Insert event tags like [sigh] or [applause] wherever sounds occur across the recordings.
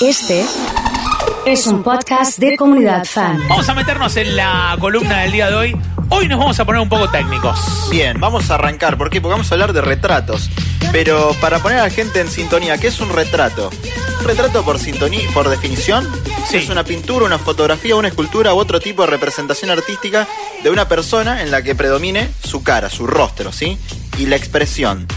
Este es un podcast de comunidad fan. Vamos a meternos en la columna del día de hoy. Hoy nos vamos a poner un poco técnicos. Bien, vamos a arrancar. ¿Por qué? Porque vamos a hablar de retratos. Pero para poner a la gente en sintonía, ¿qué es un retrato? Un retrato por sintonía, por definición, Sí. es una pintura, una fotografía, una escultura u otro tipo de representación artística de una persona en la que predomine su cara, su rostro, ¿sí? Y la expresión.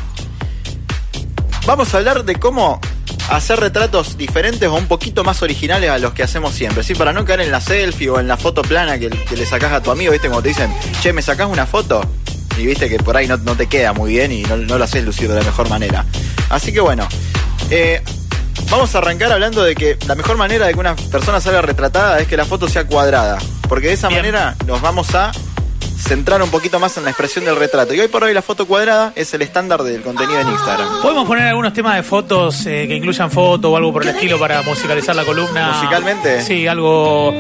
Vamos a hablar de cómo hacer retratos diferentes o un poquito más originales a los que hacemos siempre, ¿sí? Para no caer en la selfie o en la foto plana que, que le sacás a tu amigo, ¿viste? Como te dicen, che, ¿me sacás una foto? Y viste que por ahí no, no te queda muy bien y no, no lo haces lucir de la mejor manera. Así que bueno, eh, vamos a arrancar hablando de que la mejor manera de que una persona salga retratada es que la foto sea cuadrada, porque de esa Bien. manera nos vamos a centrar un poquito más en la expresión del retrato. Y hoy por hoy la foto cuadrada es el estándar del contenido en Instagram. Podemos poner algunos temas de fotos eh, que incluyan fotos o algo por el estilo para musicalizar la columna. ¿Musicalmente? Sí, algo.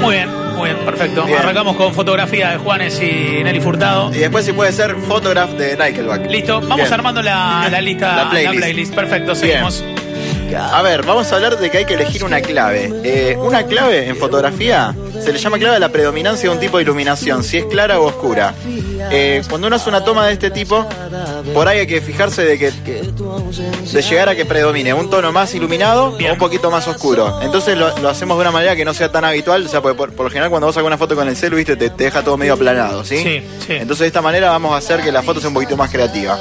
Muy bien, muy bien, perfecto. Bien. Arrancamos con fotografía de Juanes y Nelly Furtado. Y después si puede ser Photograph de Nickelback. Listo, vamos Bien. armando la, la lista, La playlist. Perfecto, Bien. seguimos. A ver, vamos a hablar de que hay que elegir una clave. Eh, una clave en fotografía se le llama clave a la predominancia de un tipo de iluminación, si es clara o oscura. Eh, cuando uno hace una toma de este tipo, por ahí hay que fijarse de que de llegar a que predomine un tono más iluminado Bien. o un poquito más oscuro. Entonces lo, lo hacemos de una manera que no sea tan habitual, o sea, porque por, por lo general cuando vos sacas una foto con el celu, viste, te, te deja todo medio aplanado, ¿sí? Sí, sí. Entonces de esta manera vamos a hacer que la foto sea un poquito más creativa.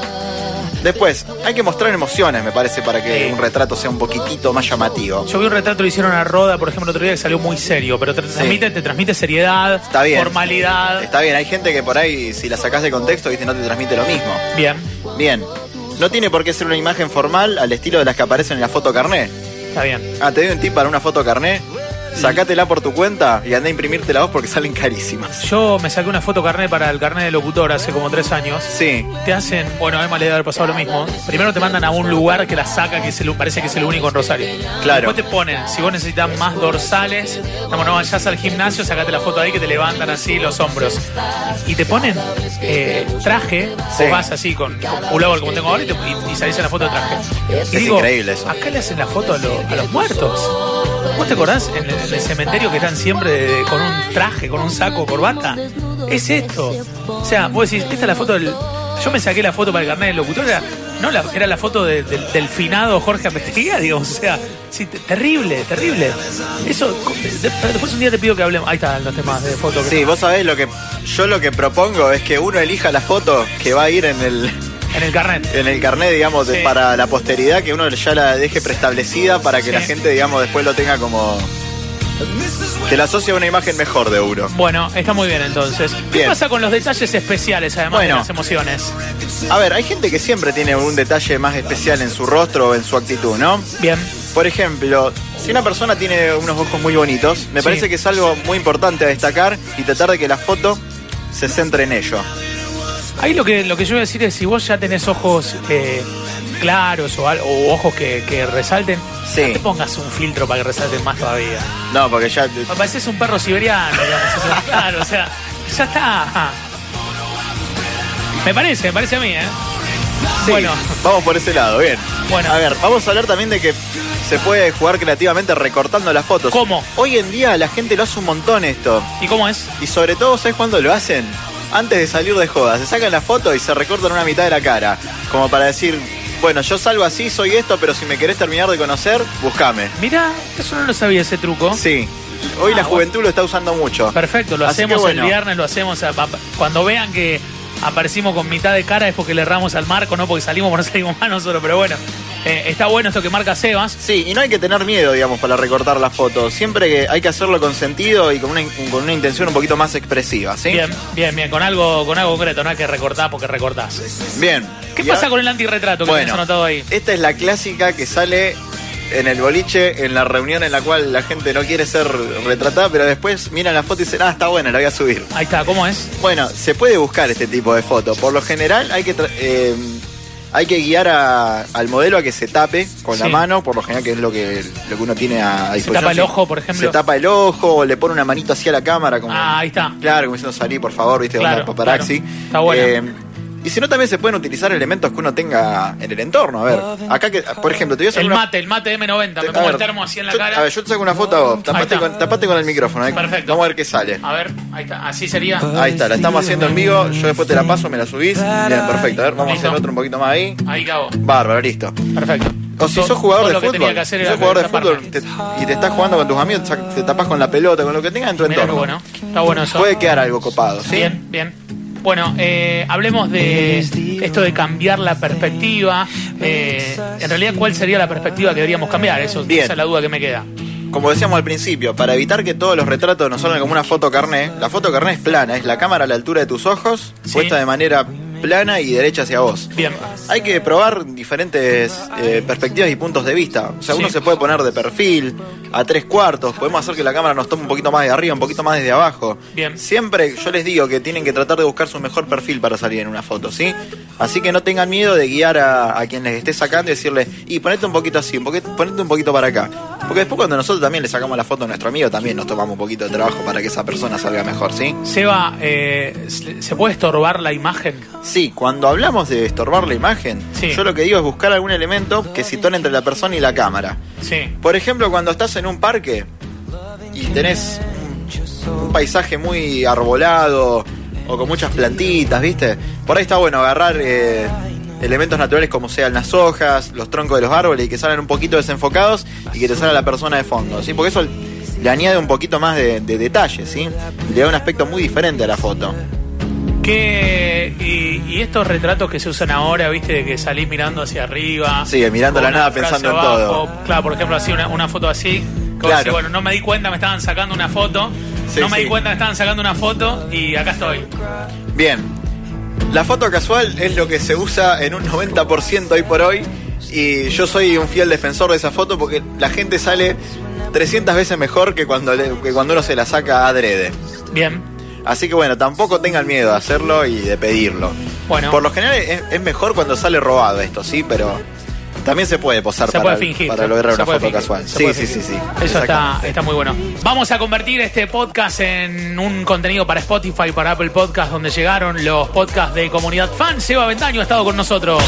Después, hay que mostrar emociones, me parece, para que Sí. un retrato sea un poquitito más llamativo. Yo vi un retrato que le hicieron a Roda, por ejemplo, el otro día que salió muy serio, pero te transmite, te transmite seriedad, Está bien. formalidad. Está bien, hay gente que por ahí, si la sacás de contexto, viste, no te transmite lo mismo. Bien. Bien. No tiene por qué ser una imagen formal al estilo de las que aparecen en la foto carné. Está bien. Ah, te doy un tip para una foto carné. Sacátela por tu cuenta y anda a imprimírtela vos porque salen carísimas. Yo me saqué una foto carné para el carnet de locutor hace como tres años. Sí. Te hacen, bueno, a Emma le debe haber pasado lo mismo. Primero te mandan a un lugar que la saca, que es el- parece que es el único en Rosario. Claro. Después te ponen, si vos necesitas más dorsales, vamos, no vayas al gimnasio, sacate la foto ahí que te levantan así los hombros. Y te ponen eh, traje, Sí. vos vas así con, con pullover como tengo ahora y, te- y- y salís en la foto de traje. Y Es increíble eso. Acá le hacen la foto a, lo- a los muertos. ¿Vos te acordás en el, en el cementerio que están siempre de- con un traje, con un saco, corbata? Es esto. O sea, vos decís, esta es la foto del. Yo me saqué la foto para el carnet del locutor, era, no la, era la foto de- del- del finado Jorge Apesteguía, [laughs] digamos. O sea, sí, te- terrible, terrible. Eso, de- pero después un día te pido que hablemos. Ahí están los temas de foto. que Sí, vos sabés lo que. Yo lo que propongo es que uno elija la foto que va a ir en el, están En el carnet. en el carnet, digamos, de- Sí. para la posteridad, que uno ya la deje preestablecida para que la Sí. gente, digamos, después lo tenga como. que la asocie a una imagen mejor de uno. Bueno, está muy bien entonces. ¿Qué Bien. pasa con los detalles especiales, además Bueno. de las emociones? A ver, hay gente que siempre tiene un detalle más especial en su rostro o en su actitud, ¿no? Bien, Por ejemplo, si una persona tiene unos ojos muy bonitos, me Sí. parece que es algo muy importante a destacar y tratar de que la foto se centre en ello. ahí lo que, lo que yo voy a decir es, si vos ya tenés ojos eh, claros o, al- o ojos que, que resalten, Sí. no te pongas un filtro para que resalten más todavía. No, porque ya. Me pareces un perro siberiano, digamos, o sea, claro, o sea, ya está. Me parece, me parece a mí, ¿eh? Sí, Bueno, Vamos por ese lado, bien. Bueno. A ver, vamos a hablar también de que se puede jugar creativamente recortando las fotos. ¿Cómo? Hoy en día la gente lo hace un montón esto. ¿y cómo es? Y sobre todo, ¿sabes cuándo lo hacen? Antes de salir de joda. Se sacan la foto y se recortan una mitad de la cara. Como para decir, bueno, yo salgo así, soy esto, pero si me querés terminar de conocer, buscame. Mirá, eso no lo sabía ese truco. Sí. Hoy Ah, la bueno. juventud lo está usando mucho. Perfecto, lo Así que hacemos bueno. el viernes, lo hacemos a- a- cuando vean que aparecimos con mitad de cara es porque le erramos al marco, no porque salimos o no salimos más nosotros, pero bueno, eh, está bueno esto que marca Sebas. Sí, y no hay que tener miedo, digamos, para recortar la foto. Siempre que hay que hacerlo con sentido y con una, in- con una intención un poquito más expresiva, ¿sí? Bien, bien, bien, con algo, con algo concreto, no hay que recortar porque recortás. Bien. ¿Qué Y pasa a- con el antirretrato que tenés anotado ahí? Esta es la clásica que sale en el boliche, en la reunión en la cual la gente no quiere ser retratada, pero después miran la foto y dicen, ah, está buena, la voy a subir. Ahí está, ¿cómo es? Bueno, se puede buscar este tipo de foto. Por lo general hay que tra- eh, hay que guiar a- al modelo a que se tape con la Sí. mano, por lo general que es lo que, lo que uno tiene a, a disposición. tapa el Sí. ojo, por ejemplo. Se tapa el ojo, o le pone una manito hacia la cámara como Ah, ahí está. Claro, como diciendo salí, por favor, viste, Claro, onda paparazzi. claro. Está bueno. Eh, Y si no, también se pueden utilizar elementos que uno tenga en el entorno. A ver, acá que, por ejemplo, te voy a hacer El una- mate, el mate M90. Me a pongo el ver, termo así en la yo- cara. A ver, yo te saco una foto a vos. Tapate está. con, tapate con el micrófono. ahí. Perfecto. Vamos a ver qué sale. A ver, ahí está. Así sería. Ahí está, la estamos haciendo en vivo. Yo después te la paso, me la subís. Bien, perfecto. A ver, vamos Listo. a hacer otro un poquito más ahí. Ahí cago. Bárbaro, listo. Perfecto. O si Todo- sos jugador todo de lo que tenía fútbol, que hacer si era sos jugador de taparme. fútbol te- y te estás jugando con tus amigos, sac- te tapas con la pelota, con lo que tengas en tu Mirá qué entorno. bueno. Está bueno eso. Puede quedar algo copado, ¿sí? Bien, bien. Bueno, eh, hablemos de esto de cambiar la perspectiva. Eh, en realidad, ¿cuál sería la perspectiva que deberíamos cambiar? Eso, Bien. Esa es la duda que me queda. Como decíamos al principio, para evitar que todos los retratos nos salgan como una foto carné, la foto carné es plana, es la cámara a la altura de tus ojos, Sí. puesta de manera plana y derecha hacia vos. Bien. Hay que probar diferentes eh, perspectivas y puntos de vista. O sea, Sí. uno se puede poner de perfil, a tres cuartos, podemos hacer que la cámara nos tome un poquito más de arriba, un poquito más desde abajo. Bien. Siempre yo les digo que tienen que tratar de buscar su mejor perfil para salir en una foto, ¿sí? Así que no tengan miedo de guiar a, a quien les esté sacando y decirle, y ponete un poquito así, un poque- ponete un poquito para acá. Porque después cuando nosotros también le sacamos la foto a nuestro amigo, también nos tomamos un poquito de trabajo para que esa persona salga mejor, ¿sí? Seba, eh, ¿se se puede estorbar la imagen? Sí, cuando hablamos de estorbar la imagen, Sí. yo lo que digo es buscar algún elemento que sitúe entre la persona y la cámara. Sí. Por ejemplo, cuando estás en un parque y tenés un, un paisaje muy arbolado o con muchas plantitas, ¿viste? Por ahí está bueno agarrar eh, elementos naturales como sean las hojas, los troncos de los árboles y que salgan un poquito desenfocados y que te salga la persona de fondo, ¿sí? Porque eso le añade un poquito más de, de detalle, ¿sí? Y le da un aspecto muy diferente a la foto. ¿Qué, y, y estos retratos que se usan ahora, viste, de que salís mirando hacia arriba. Sí, mirando la una nada, frase pensando en abajo, todo. Claro, por ejemplo, así, una, una foto así. que vos Claro. decís, bueno, no me di cuenta, me estaban sacando una foto. Sí, no me sí. di cuenta, me estaban sacando una foto y acá estoy. Bien, la foto casual es lo que se usa en un 90% hoy por hoy y yo soy un fiel defensor de esa foto porque la gente sale 300 veces mejor que cuando, le- que cuando uno se la saca adrede. Bien. Así que bueno, tampoco tengan miedo de hacerlo y de pedirlo. Bueno. Por lo general es, es mejor cuando sale robado esto, sí, pero también se puede posar Se para, puede fingir. para se- lograr se una puede foto fingir, casual. se Sí, puede sí, sí, fingir. sí. Eso está, Exactamente. está muy bueno. Vamos a convertir este podcast en un contenido para Spotify, para Apple Podcast, donde llegaron los podcasts de comunidad fan. Seba Ventaño ha estado con nosotros.